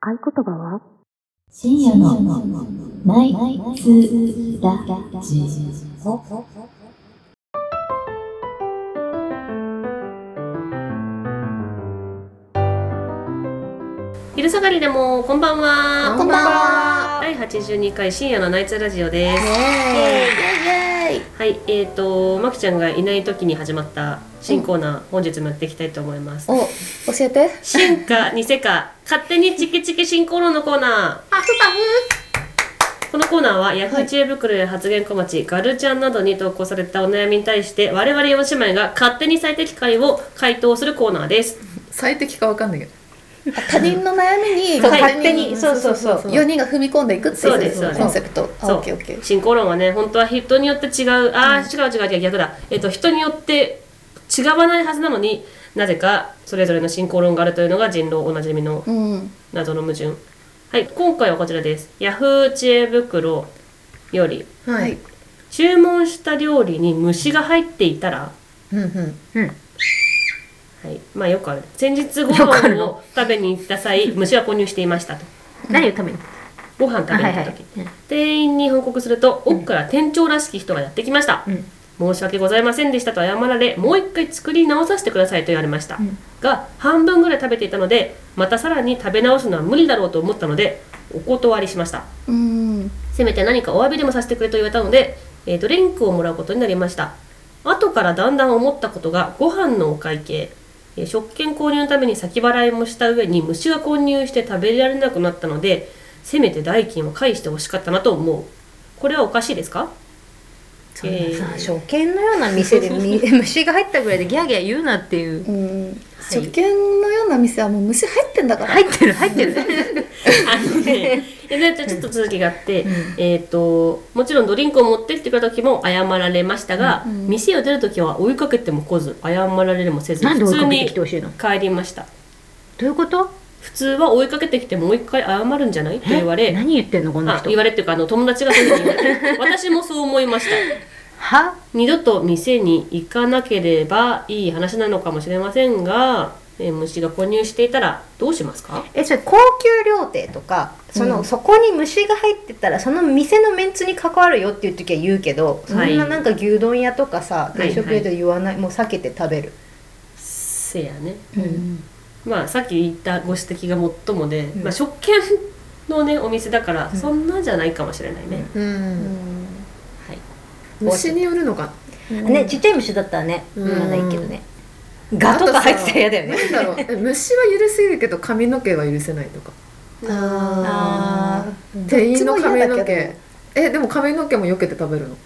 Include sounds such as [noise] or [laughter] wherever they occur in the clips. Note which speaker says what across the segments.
Speaker 1: 合言葉は
Speaker 2: 深夜のナイツラジオ。
Speaker 3: 昼下がりでもこんばんは。
Speaker 2: こんばんは
Speaker 3: 第82回深夜のナイツラジオです。
Speaker 2: イェーイ
Speaker 3: はい、えっ、とまきちゃんがいない時に始まった新コーナー、本日もやっていきたいと思います。
Speaker 2: お、教えて。[laughs]
Speaker 3: 進化偽か勝手にチキチキ新コーナーのコーナー。このコーナーはヤフー知恵袋や発言小町、ガルちゃんなどに投稿されたお悩みに対して我々4姉妹が勝手に最適解を回答するコーナーです。
Speaker 4: 最適かわかんないけど
Speaker 2: 他人の悩みに
Speaker 5: そう勝手にそうそうそう
Speaker 2: 4人が踏み込んでいくって
Speaker 3: そうですそう
Speaker 2: い
Speaker 3: で
Speaker 2: う
Speaker 3: す
Speaker 2: コンセプト。あ、
Speaker 3: そう
Speaker 2: オッケーオッケー。
Speaker 3: 進行論はね本当は人によって違うあー、違う違う違う逆だ、えっと人によって違わないはずなのになぜかそれぞれの進行論があるというのが人狼おなじみの
Speaker 2: うん。
Speaker 3: 謎の矛盾はい今回はこちらですヤフー知恵袋より
Speaker 4: はい
Speaker 3: 注文した料理に虫が入っていたら
Speaker 4: うんうん
Speaker 3: はいまあよくある先日ご
Speaker 5: よくある
Speaker 3: 飯を
Speaker 5: の
Speaker 3: 食べに行っ
Speaker 5: [laughs]
Speaker 3: た際虫は購入していましたと
Speaker 5: 何を食べに
Speaker 3: ご飯食べに行った時、店員に報告すると奥から店長らしき人がやってきました、
Speaker 5: うん
Speaker 3: 申し訳ございませんでしたと謝られもう一回作り直させてくださいと言われました、
Speaker 5: ん
Speaker 3: が半分ぐらい食べていたのでまたさらに食べ直すのは無理だろうと思ったのでお断りしました
Speaker 2: うん。
Speaker 3: せめて何かお詫びでもさせてくれと言われたので、えードリンクをもらうことになりました後からだんだん思ったことがご飯のお会計、えー食券購入のために先払いもした上に虫が混入して食べられなくなったのでせめて代金を返してほしかったなと思うこれはおかしいですか
Speaker 5: そんな
Speaker 3: えー
Speaker 5: さ、初見のような店 [laughs] でみ虫が入ったぐらいでギャーギャー言うなっていう
Speaker 2: うん。食券のような店はもう虫入ってんだから。
Speaker 5: 入ってる入ってる
Speaker 3: あのね、えでじゃあちょっと続きがあって、えっ、ともちろんドリンクを持ってきてくれた時も謝られましたが、店を出る時は追いかけても来ず謝られもせ
Speaker 5: [laughs]
Speaker 3: ず
Speaker 5: なんで
Speaker 3: 普
Speaker 5: 追い
Speaker 3: 通
Speaker 5: かけて
Speaker 3: に
Speaker 5: きてほしいのど
Speaker 3: 帰りました
Speaker 5: ういうこと
Speaker 3: 普通は追いかけてきてもう一回謝るんじゃないって言わ
Speaker 5: え
Speaker 3: れ
Speaker 5: 何言ってんのこの
Speaker 3: あ
Speaker 5: 人
Speaker 3: 言われっていうかあの友達がそういうふうに言
Speaker 5: [laughs]
Speaker 3: われて私もそう思いました
Speaker 5: は
Speaker 3: 二度と店に行かなければいい話なのかもしれませんが、えー虫が購入していたらどうしますか
Speaker 5: えそれ高級料亭とかその、そこに虫が入ってたらその店のメンツに関わるよっていう時は言うけど、そんななんか牛丼屋とかさ
Speaker 3: い
Speaker 5: 定食屋で言わない、もう避けて食べる、
Speaker 3: せやね
Speaker 5: うん、
Speaker 3: まあさっき言ったご指摘が最もで、
Speaker 5: ん
Speaker 3: まあ、食券のねお店だからそんなじゃないかもしれないね、
Speaker 4: うん
Speaker 3: はい
Speaker 4: 虫によるのか
Speaker 5: ねちっちゃい虫だったらね
Speaker 4: う
Speaker 5: 言
Speaker 4: ん
Speaker 5: わないけどね、ガとか入ってたら嫌だよね
Speaker 4: なんだろうえ虫は許せるけど髪の毛は許せないとか
Speaker 2: あ
Speaker 4: 店員の
Speaker 2: どっ
Speaker 4: 髪の
Speaker 2: ちも嫌だけ
Speaker 4: 毛えでも髪の毛も避けて食べるの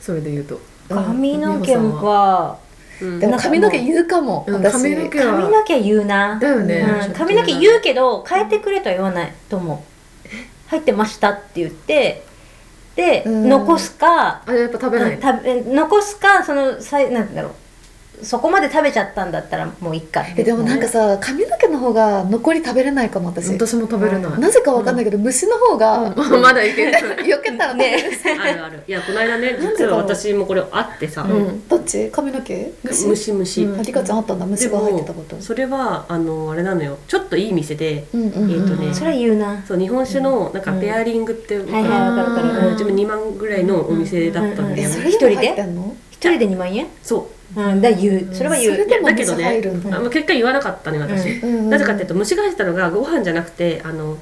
Speaker 4: それで言うと
Speaker 5: 髪の毛は
Speaker 3: うん
Speaker 2: ーでも髪の毛言うかも。
Speaker 4: うん
Speaker 2: 私
Speaker 4: 髪の毛
Speaker 5: 髪
Speaker 4: は
Speaker 5: の毛言うな
Speaker 4: だよね
Speaker 5: うん、髪の毛言うけど変えてくれとは言わないと思う入ってましたって言ってで
Speaker 2: うん
Speaker 5: 残すか
Speaker 4: あれやっぱ食べない
Speaker 5: 食べ残すかそのさいなんだろうそこまで食べちゃったんだったらもういいかって
Speaker 2: えでもなんかさ髪の毛の方が残り食べれないかも私。
Speaker 4: 私も食べれない
Speaker 2: なぜかわかんないけど虫の方が
Speaker 4: まだいけない
Speaker 2: [laughs] 避けたらね。
Speaker 3: あるあるいやこの間ね
Speaker 2: なんで
Speaker 3: 実
Speaker 2: だ
Speaker 3: は
Speaker 2: ろう
Speaker 3: 私もこれあってさ、
Speaker 4: うん
Speaker 2: どっち髪の毛？虫。
Speaker 3: 虫虫、
Speaker 4: うん
Speaker 2: あリカちゃんあったんだ
Speaker 3: で
Speaker 2: 虫が入ってたこ
Speaker 3: も
Speaker 2: と。
Speaker 3: それはあのあれなのよちょっといい店で、
Speaker 2: うんうん
Speaker 3: えっ、
Speaker 2: うん。
Speaker 3: とね
Speaker 5: それは言うな
Speaker 3: そう日本酒のなんかペアリングって、
Speaker 5: はいはいわかるわかる
Speaker 3: うんうちも2万ぐらいのお店だったんだ
Speaker 2: え
Speaker 3: よね、
Speaker 2: それでも入ってんの？
Speaker 5: 一人で2万円
Speaker 3: そう
Speaker 5: うんだから言うそれは言
Speaker 2: それ
Speaker 5: う
Speaker 2: でも
Speaker 3: だけどね
Speaker 2: 虫入るんだ。
Speaker 3: あんま結果言わなかったね私、
Speaker 2: うんうん
Speaker 3: なぜかっていうと虫が入ってたのがご飯じゃなくてあの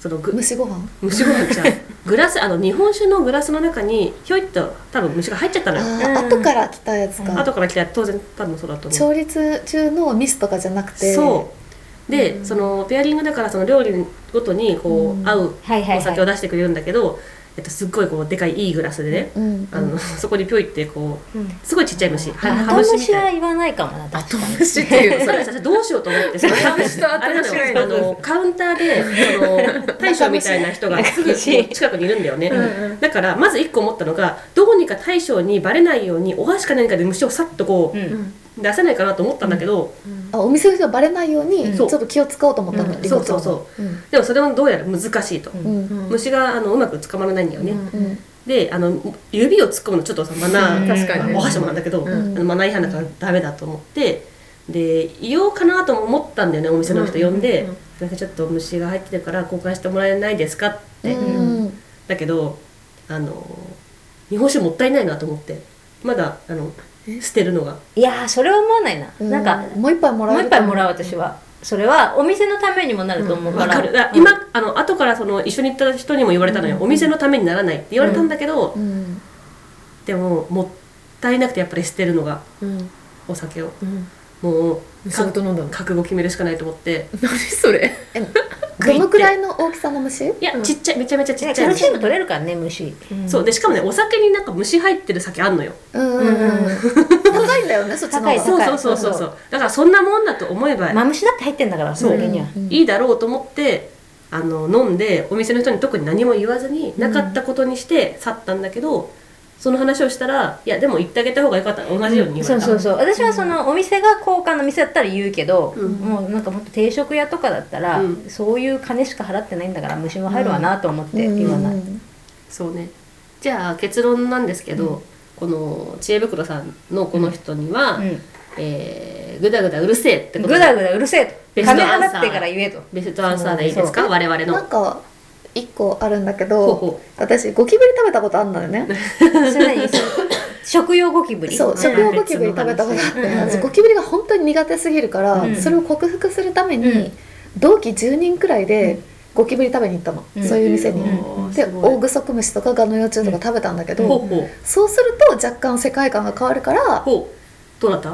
Speaker 3: そのぐ
Speaker 2: 虫ご飯？
Speaker 3: 虫ご飯ちゃんグラスあの日本酒のグラスの中にひょいっと多分虫が入っちゃったのよ
Speaker 2: あ
Speaker 5: うん
Speaker 2: あ後から来たやつか。
Speaker 3: 後から来たら当然多分そうだと思う
Speaker 2: 調律中のミスとかじゃなくて。
Speaker 3: そうで、そのペアリングだからその料理ごとにこう、合う
Speaker 5: はいはい
Speaker 3: お酒を
Speaker 5: は
Speaker 3: 出してくれるんだけど、えっと、すっごいこうでかいいいグラスでね、
Speaker 2: うん。うん。
Speaker 3: あのそこにぴょいってこう
Speaker 5: い、うん、
Speaker 3: すごいちっちゃい虫、は
Speaker 5: 後虫は言わないかもな確かに
Speaker 4: 虫っていう
Speaker 3: それ私どうしようと思ってそのあれなのよあのカウンターでそ [laughs] の大将みたいな人がすぐ近くにいるんだよねだからまず一個思ったのがどうにか大将にバレないようにお箸か何かで虫をさっとこ
Speaker 5: うん
Speaker 3: う出せないかなと思ったんだけど、
Speaker 2: あお店の人がバレないように
Speaker 3: ん
Speaker 2: ちょっと気を使おうと思ったの。リ
Speaker 3: そ
Speaker 2: カ
Speaker 3: う
Speaker 2: ちゃん
Speaker 3: そう
Speaker 2: は。
Speaker 3: そう、でもそれもどうやら難しいと、
Speaker 2: うん。
Speaker 3: 虫があのうまく捕まらないんだよね、
Speaker 2: うん。
Speaker 3: であの指を突っ込むのちょっとさマナー
Speaker 4: 確かにね
Speaker 3: お箸もなんだけど、
Speaker 4: うん
Speaker 3: あのマナー違反だからダメだと思ってで言おうかなとも思ったんだよねお店の人呼んで、
Speaker 4: うんうん
Speaker 3: なんかちょっと虫が入ってるから交換してもらえないですかって、
Speaker 2: うん
Speaker 3: だけどあの日本酒もったいないなと思ってまだあの捨てるのが
Speaker 5: いやーそれは思わないな、なんか
Speaker 4: もう一杯もら
Speaker 5: もう
Speaker 4: える
Speaker 5: 一杯もらう私はそれはお店のためにもなると思うか
Speaker 3: わ
Speaker 5: ら、
Speaker 3: かるだ今あの後からその一緒に行った人にも言われたのよ、お店のためにならないって言われたんだけど、
Speaker 2: うん
Speaker 3: でももったいなくてやっぱり捨てるのが
Speaker 4: うん
Speaker 3: お酒を
Speaker 4: うん
Speaker 3: もう
Speaker 4: 虫ご
Speaker 3: か
Speaker 4: と飲んだの
Speaker 3: 覚悟決めるしかないと思って
Speaker 4: 何それ
Speaker 2: えどのくらいの大きさの虫
Speaker 3: いや、ちっちゃいめちゃめちゃちっち
Speaker 5: カ
Speaker 3: ゃい
Speaker 5: ル
Speaker 3: の
Speaker 5: シウム取れるからね虫
Speaker 3: そうでしかもねお酒になんか虫入ってる酒あんのよ
Speaker 2: うんうんうん高いんだよねそっちの方
Speaker 5: 高い
Speaker 2: が
Speaker 5: そ
Speaker 3: そうう
Speaker 5: か
Speaker 3: そうそうそう
Speaker 5: そ
Speaker 3: そううだからそんなもんだと思えば
Speaker 5: マムシだって入ってんだからそ
Speaker 3: そう
Speaker 5: れには
Speaker 2: うん
Speaker 3: いいだろうと思ってあの飲んでお店の人に特に何も言わずになかったことにして去ったんだけど、その話をしたら「いやでも言ってあげた方がよかった」同じように言われた、
Speaker 5: そうそうそう私はそのお店が高価な店だったら言うけど、
Speaker 3: うん
Speaker 5: もうなんかもっと定食屋とかだったら、
Speaker 3: うん
Speaker 5: そういう金しか払ってないんだから虫も入るわなと思って
Speaker 2: うん
Speaker 5: 言わない、
Speaker 3: そうねじゃあ結論なんですけど、この知恵袋さんのこの人には
Speaker 5: う
Speaker 3: 「
Speaker 5: ん
Speaker 3: えー、ぐだぐだうるせえ」ってこと
Speaker 5: ぐだぐだうるせえと
Speaker 3: ベ
Speaker 5: 金
Speaker 3: ストアンサ
Speaker 5: 払
Speaker 3: ー
Speaker 5: ってから言えと
Speaker 3: ベストアンサーでいいですか
Speaker 5: そう
Speaker 3: 我々
Speaker 2: なん
Speaker 3: の。
Speaker 2: か一個あるんだけ
Speaker 3: ほう
Speaker 2: ど
Speaker 3: ほ
Speaker 2: 私ゴキブリ食べたことあるんだよね
Speaker 5: それ何その食用ゴキブリ
Speaker 2: そううん食用ゴキブリ食べたことあっ
Speaker 5: うん
Speaker 2: て私ゴキブリが本当に苦手すぎるから、
Speaker 5: うん
Speaker 2: それを克服するために、
Speaker 5: うん
Speaker 2: 同期10人くらいで
Speaker 5: うん
Speaker 2: ゴキブリ食べに行ったの、
Speaker 5: うん
Speaker 2: そういう店に。
Speaker 3: おー
Speaker 2: です
Speaker 3: ごい
Speaker 2: オオグソクムシとかガの幼虫とか食べたんだけど、
Speaker 3: ほうほう
Speaker 2: そうすると若干世界観が変わるから
Speaker 3: ほうどうなった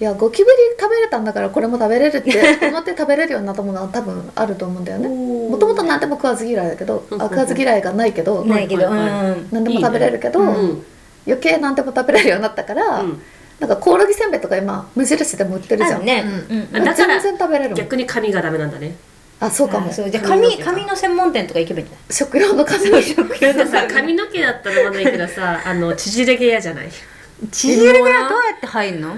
Speaker 2: いやゴキブリ食べれたんだからこれも食べれるって思って食べれるようになったものは多分あると思うんだよねも
Speaker 3: も
Speaker 2: ともと何でも食わず嫌いだけどあ
Speaker 3: うん
Speaker 2: 食わず嫌いがないけど
Speaker 5: うんないけど、う
Speaker 3: はいはいは
Speaker 5: ん
Speaker 2: 何でも食べれるけど
Speaker 5: いいね
Speaker 3: うんうん
Speaker 2: 余計何でも食べれるようになったから、なんかコオロギせんべいとか今無印でも売ってるじ
Speaker 5: あ
Speaker 2: ゃん
Speaker 5: るね、
Speaker 4: う
Speaker 5: うん
Speaker 3: あだから
Speaker 2: 全然食べれるもん
Speaker 3: 逆に髪がダメなんだね
Speaker 2: あそうかも
Speaker 5: あそうじゃあ紙紙の専門店とか行けばいいんじ
Speaker 2: 食用の紙
Speaker 5: ゃない
Speaker 3: なんかさ髪の毛だったらまだいいけどさ
Speaker 4: [laughs]
Speaker 3: あの縮れ毛嫌じゃない
Speaker 5: 縮れ毛はどうやって入るの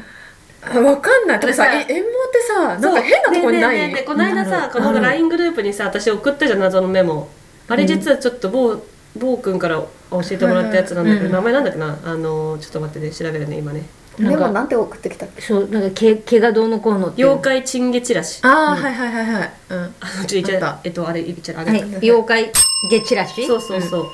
Speaker 4: あわかんないでもさ
Speaker 3: だから
Speaker 4: え遠毛ってさなんか変なとこにな
Speaker 3: ねえねえねえねえ
Speaker 4: い
Speaker 3: この間さこの
Speaker 4: ある
Speaker 3: LINE グループにさ私送ったじゃん謎のメモあれ実はちょっと某某君から教えてもらったやつなんだけど、
Speaker 5: うん
Speaker 3: 名前なんだっけなあのちょっと待ってね調べるね今ね
Speaker 2: でもなんて送ってきたっけ
Speaker 5: そうなんか毛毛がどうのこうのっていう
Speaker 3: 妖怪チンゲチラシあ
Speaker 4: あーはいはいはいはいうん
Speaker 3: のちょいち
Speaker 4: あっ
Speaker 3: ゃ
Speaker 4: た
Speaker 3: えっとあれいびちゃんあ
Speaker 5: は
Speaker 3: れ、
Speaker 5: い、妖怪ゲチラシ
Speaker 3: そうそうそう、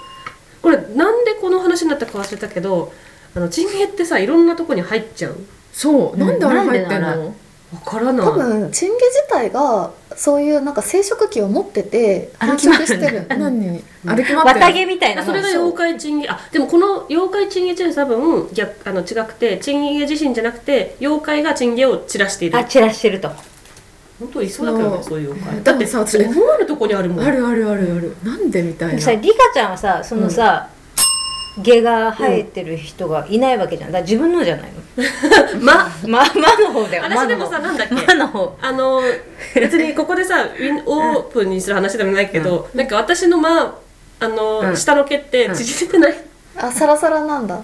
Speaker 3: これなんでこの話になったか忘れたけどあのチンゲってさいろんんなとこに入っちゃう
Speaker 4: そうなんであれ入ってん
Speaker 5: なんで
Speaker 4: の
Speaker 3: わからない
Speaker 2: 多分チンゲ自体がそういうなんか生殖器を持ってて繁
Speaker 5: 歩き回
Speaker 2: 殖
Speaker 5: る
Speaker 2: し
Speaker 5: んだ
Speaker 2: てる
Speaker 4: 何歩き回って
Speaker 5: 綿
Speaker 4: んの
Speaker 5: 毛みたいな
Speaker 3: あそれが妖怪チンゲあでもこの妖怪チンゲチラシ多分逆あの違くてチンゲ自身じゃなくて妖怪がチンゲを散らしている
Speaker 5: あ散らしてると
Speaker 3: 本当いそうだけどね
Speaker 4: そう
Speaker 3: そういう妖怪
Speaker 4: で
Speaker 3: だっ
Speaker 4: も
Speaker 3: て
Speaker 4: さ
Speaker 3: さ
Speaker 4: 私
Speaker 3: 思わぬとこにあるもん
Speaker 4: あるあるあるあるなんでみた
Speaker 5: で
Speaker 4: い
Speaker 5: もさ
Speaker 4: な
Speaker 5: リカちゃんはさそのさ、毛が生えてる人がいないわけじゃんだから自分のじゃないの
Speaker 3: ま
Speaker 5: ままの方だよ
Speaker 3: 私でもさ
Speaker 5: ま
Speaker 3: なんだっけ
Speaker 5: まの方
Speaker 3: あの別にここでさウィンオープンにする話でもないけど、なんか私のまああの、
Speaker 5: うん
Speaker 3: 下の毛って縮れてない、
Speaker 2: あサラサラなんだ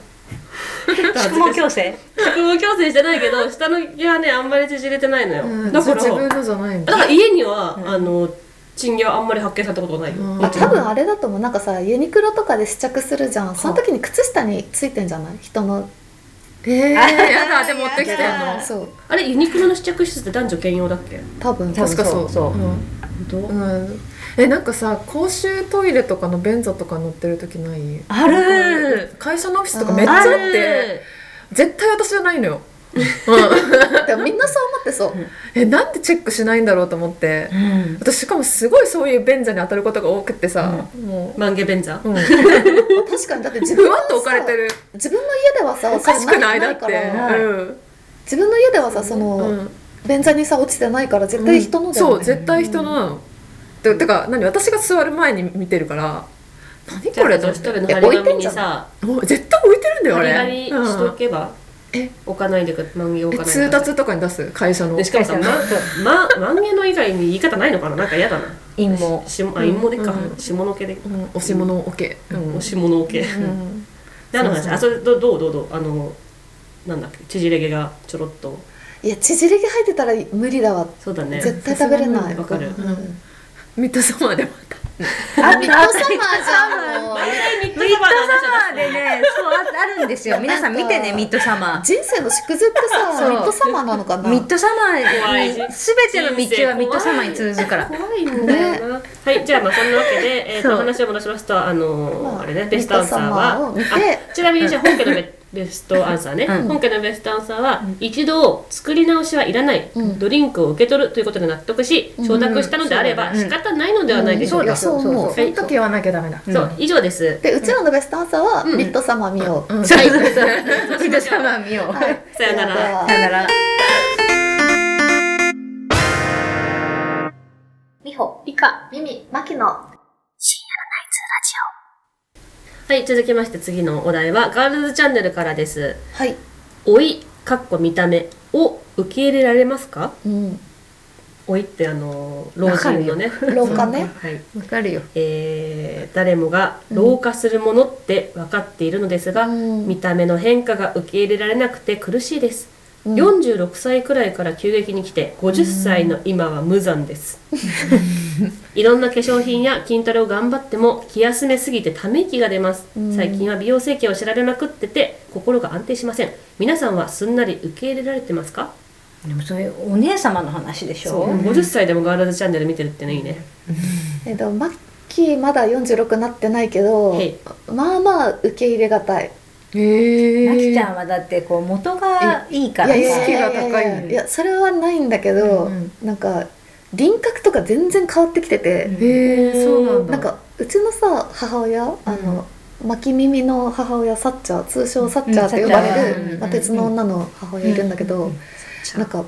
Speaker 5: 宿毛矯正
Speaker 3: 宿毛矯正してないけ
Speaker 4: [laughs]
Speaker 3: ど下の毛はねあんまり縮れてないのよ、
Speaker 4: うん
Speaker 3: だか
Speaker 4: 自分
Speaker 3: ら
Speaker 4: のじゃないん
Speaker 3: だ
Speaker 4: だ
Speaker 3: から家には、あのチンゲはあんまり発見されたことがないよ、
Speaker 4: うん
Speaker 2: あ多分あれだと思うなんかさユニクロとかで試着するじゃんその時に靴下についてんじゃない人の
Speaker 4: えーやだで持ってきてん
Speaker 5: や
Speaker 4: の
Speaker 5: だ
Speaker 2: そう
Speaker 3: あれユニクロの試着室って男女兼用だっけ
Speaker 2: 多分
Speaker 5: 多分
Speaker 4: 確かそ
Speaker 5: そ
Speaker 4: う
Speaker 5: うそ
Speaker 4: ん
Speaker 3: 本
Speaker 4: うん、えなんかさ公衆トイレとかの便座とか乗ってる時ない
Speaker 5: ある
Speaker 4: 会社のオフィスとかめっちゃあ
Speaker 5: あ
Speaker 4: って
Speaker 5: る
Speaker 4: 絶対私じゃないのよ、うん、
Speaker 2: でもみんなそう思ってそう
Speaker 4: えなんでチェックしないんだろうと思って
Speaker 5: うん
Speaker 4: 私しかもすごいそういう便座に当たることが多くってさ、も
Speaker 3: マンゲベンザ
Speaker 4: [laughs] う、うん、
Speaker 2: 確かにだって自分
Speaker 4: ふ
Speaker 2: の
Speaker 4: わっと置かれてる
Speaker 2: 自分の家ではさ
Speaker 4: おかしくない
Speaker 2: そ
Speaker 4: だ
Speaker 2: れ
Speaker 4: っ
Speaker 2: か
Speaker 4: て
Speaker 2: ら
Speaker 5: ない
Speaker 4: うん
Speaker 2: 自分の家ではさその、
Speaker 4: うん
Speaker 2: 便座にさ落ちてないから絶対人のだ
Speaker 4: そ
Speaker 2: よ
Speaker 4: う
Speaker 2: ね、
Speaker 4: 絶対人のなのててか何私が座る前に見てるから何これ
Speaker 3: じゃあ
Speaker 4: と
Speaker 3: その人
Speaker 4: 思って
Speaker 3: の張り紙にさ
Speaker 4: お絶対置いてるんだよあ
Speaker 3: 張
Speaker 4: れ
Speaker 3: り紙しとけば、
Speaker 4: え
Speaker 3: 置かないでくマンゲ置
Speaker 4: え
Speaker 3: かない
Speaker 4: 通達とかに出す会社の
Speaker 3: でしかもさ
Speaker 5: 会社の
Speaker 3: ま、ま、マンゲの以外に言い方ないのかななんか嫌だな
Speaker 5: 陰謀
Speaker 3: しあ陰もでか、
Speaker 4: うん
Speaker 3: 下の毛で、
Speaker 4: うん、押し物置け、うん
Speaker 3: お下の毛、
Speaker 4: う
Speaker 3: で
Speaker 4: ん
Speaker 3: あの話
Speaker 4: そうそう
Speaker 3: あそれどどうどうどうあのなんだっけ縮れ毛がちょろっと
Speaker 2: いや縮れ毛入ってたら無理だわ
Speaker 3: そうだね
Speaker 2: 絶対食べれない
Speaker 3: わかる
Speaker 2: うん
Speaker 4: ミッドサマーでまた
Speaker 2: あミッドサマーじゃんもう
Speaker 3: ミ
Speaker 1: ミ
Speaker 3: ッド
Speaker 1: ッド
Speaker 3: サマーの話
Speaker 1: サマー
Speaker 3: を出す
Speaker 1: で
Speaker 5: [laughs]
Speaker 1: ね、そうああるんですよ。皆さん見てね、ミッドサマー。
Speaker 2: 人生の縮図って
Speaker 1: そ
Speaker 2: さ
Speaker 1: う
Speaker 2: ミッドサマーなのかな
Speaker 1: ミッドサマ
Speaker 3: 怖い
Speaker 1: ーに、すべての道はミッドサマーに通ずるから。
Speaker 3: [laughs] 怖いんだよな。はい、じゃあまあそんなわけで、えー、
Speaker 1: そ
Speaker 3: と
Speaker 1: う
Speaker 3: 話を戻しますと、あのー
Speaker 2: まあ
Speaker 3: あ、れね、ベストアンサーは、
Speaker 2: ミッドサマーを見て
Speaker 3: あちなみにじゃあ本家のベ [laughs] ベストアンサーね、
Speaker 1: うん
Speaker 3: 本家のベストアンサーは、一度作り直しはいらない、
Speaker 2: うん
Speaker 3: ドリンクを受け取るということで納得し、承諾したのであれば
Speaker 1: うん
Speaker 3: 仕方ないのではないでしょう
Speaker 2: いや
Speaker 3: か。
Speaker 2: そう思う
Speaker 4: その時言わなきゃダメだ。
Speaker 1: ん
Speaker 3: そう、以上です。
Speaker 2: でうちらのベストアンサーは
Speaker 3: うん
Speaker 2: ミッドサマー見よう、
Speaker 4: うん
Speaker 1: そうそうそう。ミッドサマー見よう。
Speaker 2: はい
Speaker 3: さよなら
Speaker 2: では
Speaker 1: さよなら。
Speaker 2: 美穂理科ミミマキの
Speaker 3: はい、続きまして次のお題は、ガールズチャンネルからです。
Speaker 2: はい、
Speaker 3: 老い、かっこ見た目を受け入れられますか
Speaker 2: うん、
Speaker 3: 老いってあのー、老人のね。
Speaker 2: 老化ね
Speaker 3: はい。
Speaker 1: わかるよ。
Speaker 3: えー誰もが老化するものって分かっているのですが、
Speaker 2: うん
Speaker 3: 見た目の変化が受け入れられなくて苦しいです、
Speaker 2: うん
Speaker 3: 46歳くらいから急激に来て50歳の今は無残です、 [laughs] いろんな化粧品や筋トレを頑張っても気休めすぎてため息が出ます、
Speaker 2: うん
Speaker 3: 最近は美容整形を調べまくってて心が安定しません皆さんはすんなり受け入れられてますか
Speaker 1: でもそれ、お姉様の話でし
Speaker 3: そう、
Speaker 1: ょ
Speaker 3: 50歳でもガールズチャンネル見てるってのいいね、
Speaker 2: えっとマッキーまだ46なってないけど
Speaker 3: へい
Speaker 2: まあまあ受け入れがたい
Speaker 4: へ
Speaker 1: まきちゃんはだって、こう、元がいいから
Speaker 2: いや
Speaker 4: 意
Speaker 1: さ
Speaker 2: い。
Speaker 4: 識
Speaker 2: や
Speaker 4: が
Speaker 2: いやい
Speaker 4: 高
Speaker 2: や
Speaker 4: い
Speaker 2: いやいやそれはないんだけど、
Speaker 4: うん
Speaker 2: なんか輪郭とか全然変わってきてて、
Speaker 4: へえ、そうなんだ。
Speaker 2: なんかうちのさ母親あの、巻き耳の母親サッチャー通称サッチャーって呼ばれ
Speaker 1: うんサッチャー
Speaker 2: る、
Speaker 1: うん
Speaker 2: まあ、別の女の母親いるんだけど、
Speaker 4: うん
Speaker 2: なんか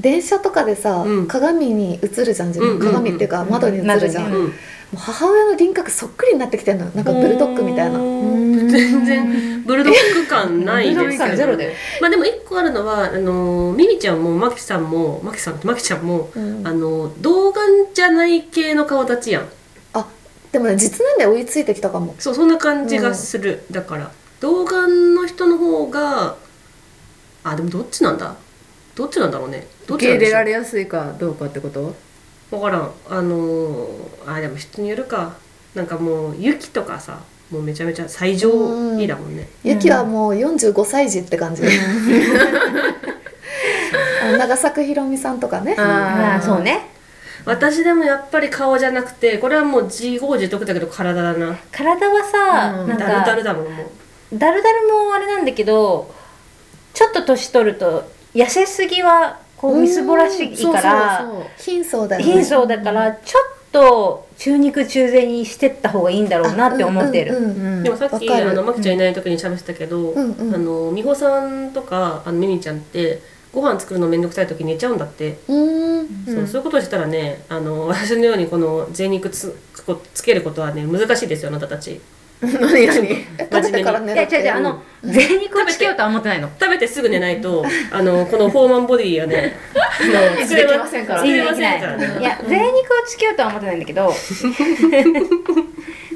Speaker 2: 電車とかでさ、
Speaker 3: うん
Speaker 2: 鏡に映るじゃん自
Speaker 3: うんうん
Speaker 2: 分
Speaker 3: うん
Speaker 2: 鏡っていうか窓に映るじゃん、
Speaker 1: 窓にね
Speaker 2: も
Speaker 3: うん
Speaker 2: う母親の輪郭そっくりになってきてるのよなんかブルドッグみたいな。
Speaker 3: うん全然ブルドッグ感ないですけど
Speaker 4: ゼロだよ。
Speaker 3: まあでも一個あるのはあのーミミちゃんもマキさんもマキさんとマキちゃんも、
Speaker 2: うん
Speaker 3: あのー童顔じゃない系の顔立ちやん
Speaker 2: あでもね実年齢追いついてきたかも
Speaker 3: そうそんな感じがする、だから童顔の人の方があでもどっちなんだどっちなんだろうねどっ
Speaker 4: 受
Speaker 3: ち
Speaker 4: け
Speaker 3: なん
Speaker 4: 入
Speaker 3: で
Speaker 4: れ
Speaker 3: しょ
Speaker 4: ら
Speaker 3: う
Speaker 4: れやすいかどうかってこと
Speaker 3: 分からんあのーあでも人によるかなんかもうユキとかさもうめちゃめちゃ最上位だもんね、
Speaker 2: ゆきはもう45歳児って感じ [laughs] あ長作ひろみさんとかね
Speaker 1: まあ、そう。ね。
Speaker 3: 私でもやっぱり顔じゃなくてこれはもう自業自得だけど体だな
Speaker 1: 体はさ、
Speaker 4: うん
Speaker 1: なん
Speaker 3: ダルダ
Speaker 1: か
Speaker 3: ル、だもんもう
Speaker 1: だるだるもあれなんだけどちょっと年取ると痩せすぎはこうみすぼらしいから
Speaker 2: 貧相だよね
Speaker 1: 貧相だからちょっと中肉中背にしてった方がいいんだろうなって思って
Speaker 2: う
Speaker 1: る。
Speaker 2: んうんうん
Speaker 3: でもさっ
Speaker 2: わ
Speaker 3: き
Speaker 2: か
Speaker 3: あ
Speaker 2: る
Speaker 3: のまきちゃんいない時に喋ってたけど、
Speaker 2: うんうん
Speaker 3: あの美穂さんとかあのミニちゃんってご飯作るのめんどくさい時寝ちゃうんだって、
Speaker 2: うーん
Speaker 3: そうそういうことをしたらねあの [laughs] 私のようにこの贅肉つこつけることはね難しいですよあなたたち
Speaker 4: 何何
Speaker 2: え食べてからね
Speaker 1: いや違う違うあの贅肉をつけようとは思ってないの。
Speaker 3: 食べてすぐ寝ないとあのこのフォーマンボディがねあの作れ
Speaker 4: できませんから
Speaker 3: 作
Speaker 1: い
Speaker 3: れま
Speaker 1: やい
Speaker 3: せんからね
Speaker 1: や贅肉をつけようとは思ってないんだけ [laughs] ど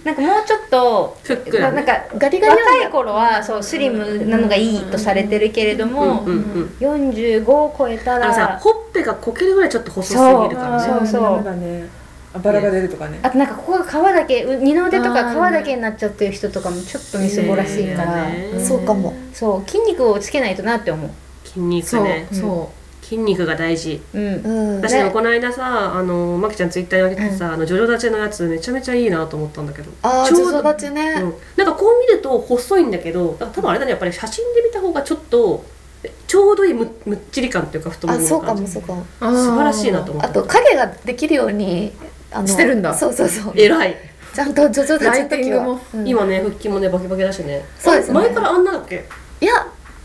Speaker 1: なんかもうちょっと
Speaker 3: ふっくらね
Speaker 1: なんか
Speaker 2: ガリガリなんだ
Speaker 1: 若い頃はそうスリムなのがいいとされてるけれども、
Speaker 3: うんうんうん
Speaker 1: 45を超えた
Speaker 3: あのさ
Speaker 1: ら
Speaker 3: ほっぺがこけるぐらいちょっと細すぎるからね
Speaker 1: そうそう
Speaker 4: だね。あバラが出るとかね。
Speaker 1: あとなんかここが皮だけう二の腕と
Speaker 4: あ
Speaker 1: か
Speaker 4: ー
Speaker 1: 皮だけになっちゃってる人とかもちょっとみすぼらしいから、
Speaker 3: ね
Speaker 2: うんそうかも
Speaker 1: そう筋肉をつけないとなって思う
Speaker 3: 筋肉
Speaker 4: そう
Speaker 3: ね
Speaker 4: そ
Speaker 3: 筋肉が大事
Speaker 1: うん
Speaker 2: うん
Speaker 3: 私でもこの間さあのまきちゃんツイッターに上げてたさ、あのジョジョ立ちのやつめちゃめちゃいいなと思ったんだけど
Speaker 2: ああ
Speaker 3: ちょうど
Speaker 2: 女子立ちね
Speaker 3: うん、なんかこう見ると細いんだけど多分あれだねやっぱり写真で見た方がちょっとちょうどいいむむっちり感っていうか太も
Speaker 2: あ
Speaker 3: もの
Speaker 2: そうか
Speaker 3: 感じ
Speaker 2: もそうかも
Speaker 4: う。
Speaker 3: 素晴らしいなと思
Speaker 2: あ
Speaker 3: っ
Speaker 2: と
Speaker 3: た
Speaker 2: 影ができるようにあの
Speaker 4: してるんだ
Speaker 2: そうそうそう
Speaker 3: えらい
Speaker 2: ちゃんと徐々立ち
Speaker 4: ラ
Speaker 2: の
Speaker 4: イティン
Speaker 2: 時
Speaker 4: グ
Speaker 2: は
Speaker 4: も
Speaker 2: うん
Speaker 3: 今ね腹筋もねバキバキだしね
Speaker 2: そうですよね
Speaker 3: 前からあんなだっけ
Speaker 2: いや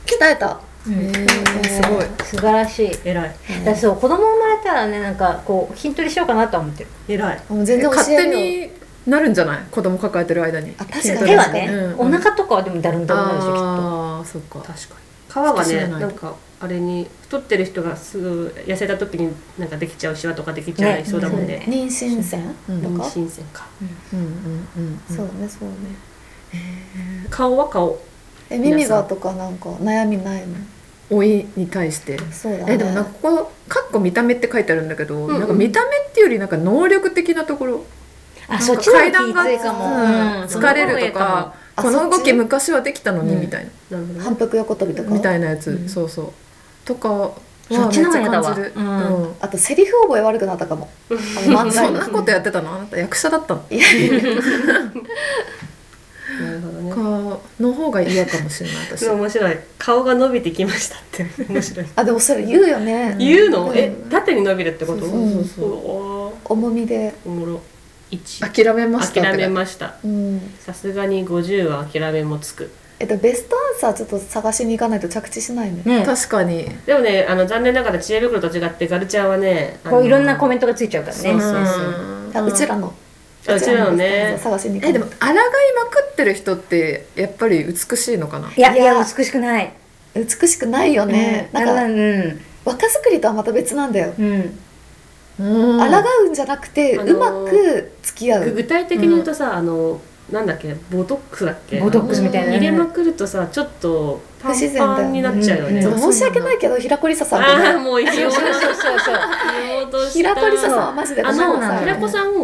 Speaker 2: 鍛えた
Speaker 4: へえすごい。
Speaker 1: 素晴らしい
Speaker 3: えらい
Speaker 1: だからそう子供生まれたらねなんかこう筋トレしようかなとは思ってる
Speaker 3: えらい
Speaker 2: もう全然教
Speaker 4: 勝
Speaker 2: え
Speaker 4: 手
Speaker 2: るよ
Speaker 4: になるんじゃない子供抱えてる間に。
Speaker 2: あ確かに
Speaker 1: 手はね、
Speaker 4: うん
Speaker 1: お腹とかはでもだるんだるんなんでしょきっと
Speaker 4: ああそっか。
Speaker 3: 確かに皮
Speaker 4: 太
Speaker 3: が
Speaker 4: すぎ
Speaker 3: ね
Speaker 4: ない
Speaker 3: なんかあれに太ってる人がすぐ痩せた時になんかできちゃうシワとかできちゃいそうだもんね
Speaker 2: 妊娠線
Speaker 4: うん
Speaker 2: とか
Speaker 3: 新鮮か
Speaker 4: うんうんうんうん。
Speaker 2: そうねそうね
Speaker 3: 顔は顔
Speaker 2: え
Speaker 3: 皆さん
Speaker 2: 耳がとかなんか悩みないの
Speaker 4: 老いに対して。
Speaker 2: そうだね
Speaker 4: えでもなんかここ「かっこ見た目」って書いてあるんだけど、
Speaker 3: んうん
Speaker 4: なんか見た目っていうよりなんか能力的なところ
Speaker 1: あ
Speaker 4: な
Speaker 1: そ
Speaker 4: ん
Speaker 1: っ
Speaker 4: か
Speaker 1: ちの方
Speaker 4: 階段
Speaker 1: が
Speaker 4: が
Speaker 1: きついかも、
Speaker 4: うん疲れるとか
Speaker 2: あ
Speaker 4: この
Speaker 2: そ
Speaker 4: 動
Speaker 2: っ
Speaker 4: き
Speaker 2: ち
Speaker 4: 昔はできたのに
Speaker 1: うん
Speaker 4: みたいな、
Speaker 3: なるほどね
Speaker 2: 反復横跳びとか
Speaker 4: みたいなやつ、
Speaker 1: うん
Speaker 4: そうそうとかはめっ
Speaker 1: そっち
Speaker 4: ち
Speaker 1: の
Speaker 4: ゃ
Speaker 1: 方が嫌だわ
Speaker 4: 感じる、
Speaker 1: うん
Speaker 4: うん
Speaker 2: あとセリフ覚え悪くなったかもあの漫
Speaker 4: そ
Speaker 2: 才
Speaker 4: ん
Speaker 2: の
Speaker 4: なことやってたのあなた役者だったの
Speaker 2: いやいや
Speaker 3: なるほどね
Speaker 4: かの方が嫌かもしれない私
Speaker 3: すごい面白い顔が伸びてきましたって面白い
Speaker 2: あでもそれ言うよね
Speaker 3: 言うのえ
Speaker 2: ん
Speaker 3: 縦に伸びるってこと
Speaker 4: そう
Speaker 2: そう
Speaker 4: そう
Speaker 3: おー
Speaker 2: 重みで
Speaker 3: おもろ一
Speaker 4: 諦めました
Speaker 3: 諦めました
Speaker 2: うん
Speaker 3: さすがに50は諦めもつく
Speaker 2: えっとベストアンサーちょっと探しに行かないと着地しないね
Speaker 1: ね
Speaker 4: 確かに
Speaker 3: でもねあの残念ながら知恵袋と違ってガルちゃんはねあの
Speaker 1: こういろんなコメントがついちゃうからね
Speaker 3: そうそうそ
Speaker 4: うん
Speaker 2: あうちらの
Speaker 3: あうちらのね
Speaker 2: 探しに行か
Speaker 4: え
Speaker 2: ない
Speaker 4: でも抗いまくってる人ってやっぱり美しいのかない
Speaker 1: やい
Speaker 2: いや
Speaker 1: や美しくない
Speaker 2: 美しくないよね、
Speaker 1: うん
Speaker 2: な
Speaker 1: だ
Speaker 2: んか
Speaker 1: うん
Speaker 2: 若作りとはまた別なんだよ、
Speaker 1: うん
Speaker 4: うん
Speaker 2: 抗うんじゃなくて、
Speaker 3: あのー
Speaker 2: うまく付き合
Speaker 3: ぐ
Speaker 2: う
Speaker 3: 具体的に言うとさ、あのなんだっけボトックスだっけ
Speaker 1: ボトックスみたいなね
Speaker 3: 入れまくるとさちょっとパン
Speaker 2: 不自然だ
Speaker 3: パ
Speaker 2: よ
Speaker 3: ン
Speaker 2: ね
Speaker 3: になっちゃうよね、
Speaker 1: うん
Speaker 2: 申し訳ないけど平子りささんごめ
Speaker 3: ああ
Speaker 2: ん
Speaker 3: もう言おうと
Speaker 1: そうそ
Speaker 3: し
Speaker 1: うそうそう
Speaker 3: た言おうとし
Speaker 2: 平
Speaker 3: た
Speaker 2: 子りささんはマジでご
Speaker 3: あ
Speaker 2: めん
Speaker 1: そうな
Speaker 3: の
Speaker 2: なさ
Speaker 1: の
Speaker 3: 平
Speaker 2: い
Speaker 3: 子さん今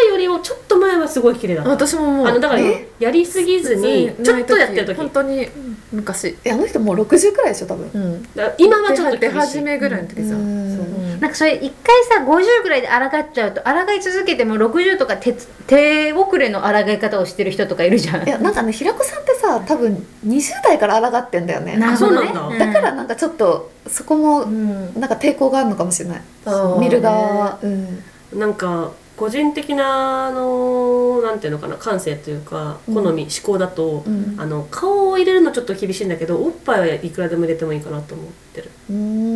Speaker 3: よりもちょっと前はすごい綺麗だった
Speaker 4: 私ももう
Speaker 3: あのだから
Speaker 2: え
Speaker 3: やりすぎずにちょっとやってる時
Speaker 4: 本当に昔
Speaker 2: えあの人もう60くらいでしょ多分
Speaker 4: うん
Speaker 3: だから今はちょっと
Speaker 4: 出
Speaker 3: 厳し
Speaker 4: 始
Speaker 3: い
Speaker 4: めぐらいの時さ、
Speaker 2: うん
Speaker 4: そううん
Speaker 1: [laughs] なんかそれ一回さ50ぐらいで抗っちゃうと抗い続けても60とか手つ手遅れの抗い方をしてる人とかいるじゃん
Speaker 2: いやなんかね平子さんってさ多分20代から抗ってんだよね
Speaker 1: なるほどね
Speaker 3: あそうなん
Speaker 2: だからなんかちょっとそこもなんか抵抗があるのかもしれない、
Speaker 4: そうね
Speaker 2: 見る側は、うん、
Speaker 3: なんか個人的なあのなんていうのかな感性というか
Speaker 2: うん
Speaker 3: 好み、思考だと、
Speaker 2: うん
Speaker 3: あの顔を入れるのちょっと厳しいんだけどおっぱいはいくらでも入れてもいいかなと思ってる、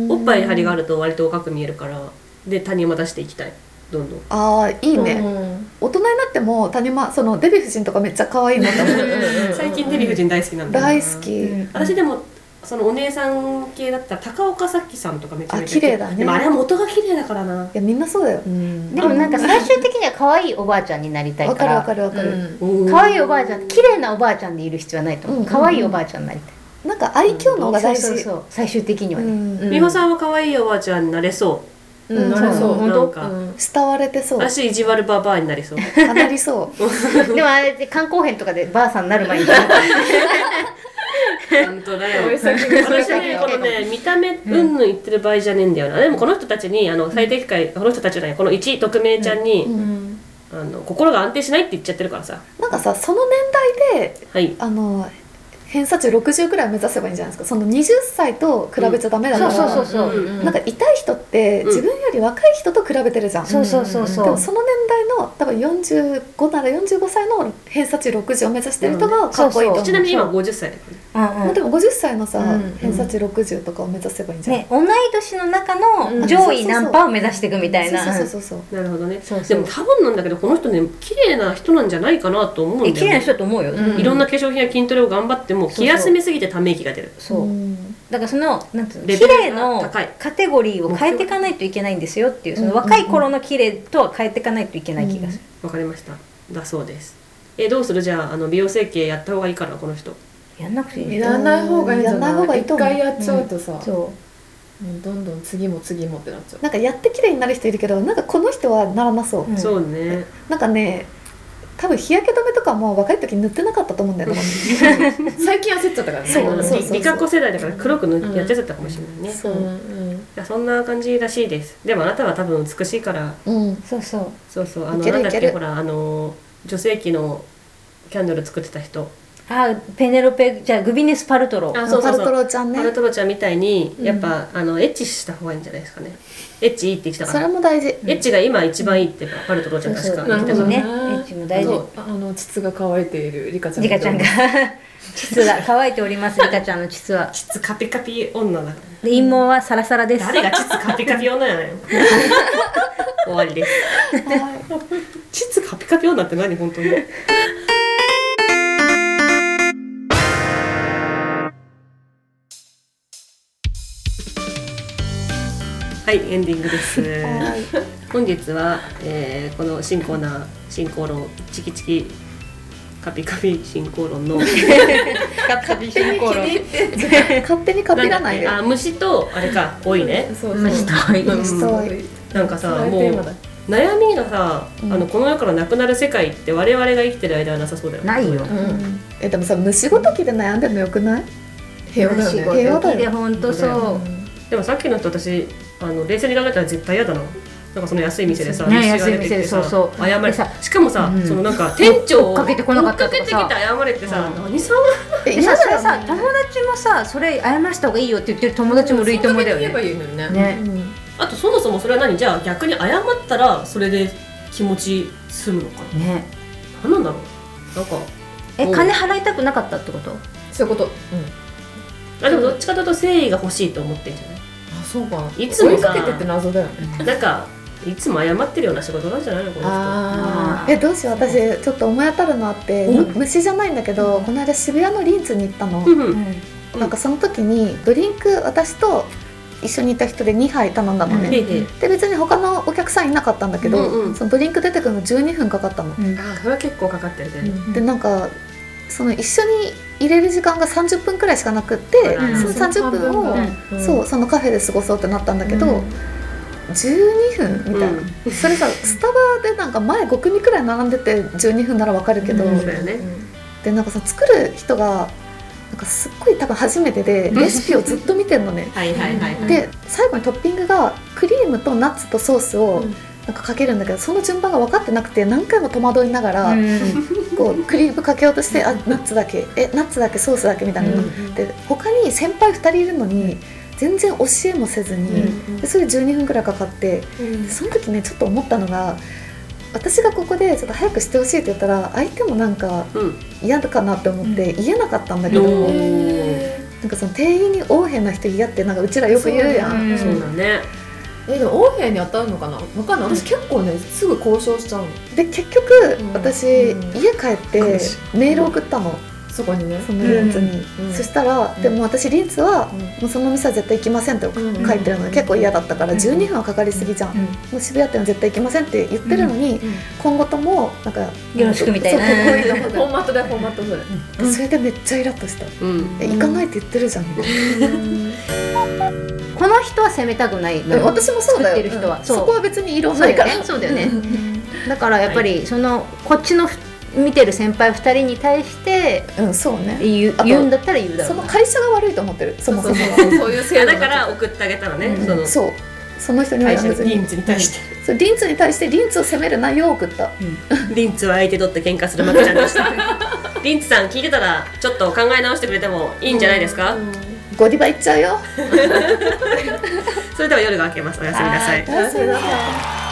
Speaker 3: おっぱいに張りがあ
Speaker 2: る
Speaker 3: ると割と若く見えるからで他人も出していきたいどんどん
Speaker 2: ああいいね、
Speaker 4: うん
Speaker 2: 大人になっても谷間そのデヴィ夫人とかめっちゃ可愛いなと思う
Speaker 3: 最近デヴィ夫人大好きなんだよな
Speaker 2: 大好き、
Speaker 1: うん
Speaker 3: 私でもそのお姉さん系だったら高岡早紀さんとかめちゃめちゃ
Speaker 2: あ綺麗だね
Speaker 3: でもあれは元が綺麗だからない
Speaker 2: やみんなそうだよ
Speaker 4: うん
Speaker 1: でもなんか最終的には可愛いおばあちゃんになりたい
Speaker 2: わ
Speaker 1: か
Speaker 2: からるわかるわかる、
Speaker 1: 可愛い
Speaker 3: よ
Speaker 1: おばあちゃん綺麗なおばあちゃんでいる必要はないと思う、
Speaker 2: うん
Speaker 1: 可愛いおばあちゃんになりたい
Speaker 2: なんか愛嬌の方が大事
Speaker 1: そうそうそう最終的にはね、
Speaker 2: うん
Speaker 3: 美穂さんは可愛いおばあちゃんになれそう
Speaker 2: うん
Speaker 4: んなる
Speaker 1: そう
Speaker 4: ほ
Speaker 1: 本
Speaker 3: なん
Speaker 1: 当
Speaker 3: か、
Speaker 2: 慕われてそう
Speaker 3: 私意地悪ババアになりそう
Speaker 2: 当たりそう
Speaker 1: でもあれって観光編とかでばあさんになる前に
Speaker 3: 本当だよ
Speaker 2: 先に
Speaker 3: 私ねこのね見た目うんぬん言ってる場合じゃねえんだよな、でもこの人たちにあの最適解この人たちじゃないこの1匿名ちゃんに、
Speaker 2: うん
Speaker 3: あの心が安定しないって言っちゃってるからさ
Speaker 2: なんかさその年代で
Speaker 3: はい
Speaker 2: あの偏差値60くらい目指せばいいんじゃないですかその20歳と比べちゃダメだ
Speaker 1: そ
Speaker 2: か
Speaker 1: う
Speaker 2: ら、
Speaker 1: そうそうそう、
Speaker 3: うん
Speaker 2: なんか痛い人って
Speaker 3: うん
Speaker 2: 自分より若い人と比べてるじゃん、
Speaker 1: そうそうそう
Speaker 2: で
Speaker 1: そ
Speaker 2: も
Speaker 1: う
Speaker 2: その年代の多分45なら45歳の偏差値60を目指してる人がかっこいいと思う,、
Speaker 1: ん
Speaker 3: ちなみに今50歳だけど
Speaker 1: うん
Speaker 2: ま
Speaker 1: う
Speaker 2: あ
Speaker 1: ん
Speaker 2: でも50歳のさ、
Speaker 4: うん
Speaker 2: 偏差値60とかを目指せばいいんじゃない、
Speaker 1: ね、同い年の中の上位何パーを目指していくみたいな
Speaker 2: そうそうそうそう
Speaker 3: なるほどね
Speaker 1: そうそう
Speaker 3: でも多分なんだけどこの人ね綺麗な人なんじゃないかなと思うんだ
Speaker 1: え
Speaker 3: よ、ね、
Speaker 1: 綺麗な人だと思うよ、
Speaker 4: うん
Speaker 3: いろんな化粧品や筋トレを頑張っても
Speaker 1: そうそう
Speaker 3: 気休めすぎてため息が出る
Speaker 1: そう、
Speaker 2: ん
Speaker 1: だからそのなんていうの
Speaker 3: レ
Speaker 1: 綺
Speaker 3: ベルが
Speaker 1: 麗の
Speaker 3: 高い
Speaker 1: カテゴリーを変えていかないといけないんですよっていうその若い頃の綺麗とは変えていかないといけない気がする、
Speaker 3: わかりましただそうですえどうするじゃああの美容整形やった方がいいからこの人
Speaker 1: やんなくていい
Speaker 4: いらない方がいいんじゃない
Speaker 2: いらない方がいいと思う
Speaker 4: 一回やっちゃうとさ、
Speaker 1: そ
Speaker 4: もうどんどん次も次もってなっちゃう
Speaker 2: なんかやって綺麗になる人いるけどなんかこの人はならなそう、
Speaker 1: う、うん
Speaker 3: そうね
Speaker 2: なんかね多分日焼け止めとかも若い時塗ってなかったと思うんだよね、
Speaker 4: 最近焦っちゃったからね
Speaker 2: そう
Speaker 3: あの
Speaker 2: そうそう
Speaker 3: りリカ子世代だから黒く塗っやっちゃったかもしれないね、
Speaker 4: そう、うん
Speaker 3: いやそんな感じらしいですでもあなたは多分美しいから
Speaker 2: うん、
Speaker 1: そうそう
Speaker 3: そうそうあの
Speaker 2: いける
Speaker 3: なんだっ
Speaker 2: いけ
Speaker 3: け
Speaker 2: る
Speaker 3: ほらあの女性器のキャンドル作ってた人
Speaker 1: あペネロペじゃあグビネス・パルトロ
Speaker 3: あそうそうそう
Speaker 2: パルトロちゃんね
Speaker 3: パルトロちゃんみたいに
Speaker 2: うん
Speaker 3: やっぱ、あのエッチした方がいいんじゃないですかねエッチいいって言ってた
Speaker 2: そ
Speaker 3: か
Speaker 2: れ
Speaker 3: ら
Speaker 2: も大事
Speaker 1: ん
Speaker 3: エッチが今一番いいってパルトロちゃん確か
Speaker 1: な
Speaker 4: な
Speaker 1: るほ
Speaker 4: るほ
Speaker 1: ど
Speaker 4: ど
Speaker 1: ね
Speaker 4: ね
Speaker 1: エッチも大
Speaker 4: そ
Speaker 1: 事
Speaker 4: うあの膣が乾いているリカちゃん
Speaker 1: リカちゃんが [laughs] 膣が乾いておりますリカちゃんの膣は
Speaker 3: 膣カピカピ女だから
Speaker 1: で陰毛はサラサラです
Speaker 3: 誰が膣カピカピ女やないの [laughs] 終わりです膣カピカピ女って何本当にはいエンディングです本日は、えーこの新コーナー新口論チキチキカピカピ新口論
Speaker 4: [laughs]
Speaker 3: の
Speaker 1: 勝手に進行論
Speaker 2: 勝手にかピらないで
Speaker 3: あ虫とあれか多いね
Speaker 4: そうそう
Speaker 1: 虫と多い
Speaker 4: うん
Speaker 2: 虫と多い
Speaker 3: なんかさ
Speaker 4: そういうテーマだ
Speaker 3: 悩みがさ、あのこの世からなくなる世界って我々が生きてる間はなさそうだよね
Speaker 1: ないよ
Speaker 2: えでもさ虫ごときで悩んでるのよくない平和だ
Speaker 6: 仕
Speaker 2: よね平和
Speaker 6: 事
Speaker 2: だ
Speaker 6: 的で
Speaker 2: よ
Speaker 6: 本当そう
Speaker 3: でもさっきの人私あの冷静に考えたら絶対嫌だななんかその安い店でさ、
Speaker 1: ね
Speaker 3: 虫が出て
Speaker 1: 安い
Speaker 3: きて
Speaker 1: 店でそうそう
Speaker 3: 謝れ
Speaker 1: でさ
Speaker 3: しかもさ、
Speaker 1: うん
Speaker 3: そのなんか店長
Speaker 1: 追っかけてこなかったとかさ
Speaker 3: 追っかけてきて謝れってさ、
Speaker 1: う
Speaker 3: 何様
Speaker 2: え
Speaker 1: でさ
Speaker 2: 今
Speaker 1: それ
Speaker 2: だ
Speaker 1: さ友達もさそれ謝らした方がいいよって言ってる友達も類友だよ
Speaker 4: 言えば
Speaker 1: ね
Speaker 4: いいのにね
Speaker 1: ね
Speaker 3: あとそもそもそれは何じゃあ逆に謝ったらそれで気持ち済むのか
Speaker 1: ね
Speaker 3: な何なんだろうなんか
Speaker 1: え
Speaker 3: うん
Speaker 1: 金払いたくなかったってこと
Speaker 4: そういうこと、
Speaker 3: あでもどっちかというと誠意が欲しいと思ってんじゃない
Speaker 4: あそうか
Speaker 3: いつも
Speaker 4: 追い
Speaker 3: さ
Speaker 4: かけてって謎だよね
Speaker 3: なんかいつも謝ってるような仕事なんじゃないのこの
Speaker 4: あ
Speaker 2: えどうしよう私ちょっと思い当たるのあって、む虫じゃないんだけどこの間渋谷のリンツに行ったの
Speaker 3: 人、、うんうん、ん
Speaker 2: なんかその時にドリンク私と一緒にいた人で2杯頼んだのね、
Speaker 3: でで
Speaker 2: で別に他のお客さんいなかったんだけど、
Speaker 3: うんうん
Speaker 2: そのドリンク出てくるの12分かかったの、
Speaker 4: あーそれは結構かかってるね、
Speaker 2: でなんかその一緒に入れる時間が30分くらいしかなくって、
Speaker 3: うん
Speaker 2: その30分を、
Speaker 4: うん
Speaker 2: そうそのカフェで過ごそうってなったんだけど、12分みたいな、それさスタバでなんか前5組くらい並んでて12分ならわかるけど、
Speaker 3: うん、そうだよね
Speaker 2: でなんかさ作る人がなんかすっごい多分初めてでレシピをずっと見てんのね
Speaker 3: はいはいはいはい
Speaker 2: で最後にトッピングがクリームとナッツとソースをなんかかけるんだけどその順番が分かってなくて何回も戸惑いながら、こうクリームかけようとしてあナッツだけえナッツだけソースだけみたいな、で他に先輩2人いるのに全然教えもせずに、でそれ12分くらいかかって、でその時ねちょっと思ったのが私がここでちょっと早くしてほしいって言ったら相手もなんか
Speaker 3: うん
Speaker 2: 嫌かなって思って言えなかったんだけど、
Speaker 3: お
Speaker 2: なん
Speaker 3: ー
Speaker 2: かその店員に横柄な人嫌ってなんかうちらよく言うやん。
Speaker 3: そうだね
Speaker 4: えでも王兵に当たるのかなわかんない私結構ねすぐ交渉しちゃうの
Speaker 2: で結局、
Speaker 4: うん
Speaker 2: 私、
Speaker 4: うん
Speaker 2: 家帰って
Speaker 4: かもし
Speaker 2: メール送ったの、
Speaker 4: そこにね
Speaker 2: そのリンツに、
Speaker 4: うん
Speaker 2: そしたら、
Speaker 4: うん
Speaker 2: でも私リンツは、
Speaker 4: うん
Speaker 2: もうその店は絶対行きませんって
Speaker 4: うん
Speaker 2: 書いてるので、結構嫌だったから、
Speaker 4: うん
Speaker 2: 12分はかかりすぎじゃん、
Speaker 1: うん
Speaker 2: もう渋谷店は絶対行きませんって言ってるのに、
Speaker 4: んうん
Speaker 2: 今後ともなんか
Speaker 1: よろしくみたいな
Speaker 2: そうこういう
Speaker 4: [laughs]
Speaker 2: の
Speaker 4: フォーマットでフォーマットで
Speaker 2: でそれでめっちゃイラッとした、
Speaker 3: うん
Speaker 2: え行かないって言ってるじゃん、
Speaker 6: この人は責めたくないの
Speaker 2: でも
Speaker 6: よ
Speaker 2: 私もそうだよ
Speaker 6: 作ってる人は
Speaker 2: うん
Speaker 6: そう
Speaker 2: そこは別に異論
Speaker 6: そ
Speaker 2: な
Speaker 6: う
Speaker 2: いか
Speaker 6: だ
Speaker 2: ら
Speaker 6: よねそうだよねだからやっぱりそのこっちのふ見てる先輩2人に対して
Speaker 2: うんそうね
Speaker 6: 言う
Speaker 2: あと
Speaker 6: 言うんだったら言うだ
Speaker 2: そ
Speaker 6: ろう
Speaker 2: の
Speaker 6: な
Speaker 2: 会社が悪いと思ってるそもそも
Speaker 4: そうそういう
Speaker 3: いや
Speaker 4: 制度
Speaker 3: だから送ってあげたらね、
Speaker 6: うん
Speaker 3: その
Speaker 2: そうその人には
Speaker 3: 会社の
Speaker 2: 別
Speaker 3: リ
Speaker 2: に
Speaker 3: ンツに対して
Speaker 2: そうリンツに対してリンツを責める内容を送った
Speaker 3: リンツは相手取って喧嘩する負けちゃんでしたリンツさん聞いてたらちょっと考え直してくれてもいいんじゃないですか、
Speaker 2: ゴディバ行っちゃうよ
Speaker 3: それでは夜が明けますおやすみなさい
Speaker 2: おやすみなさい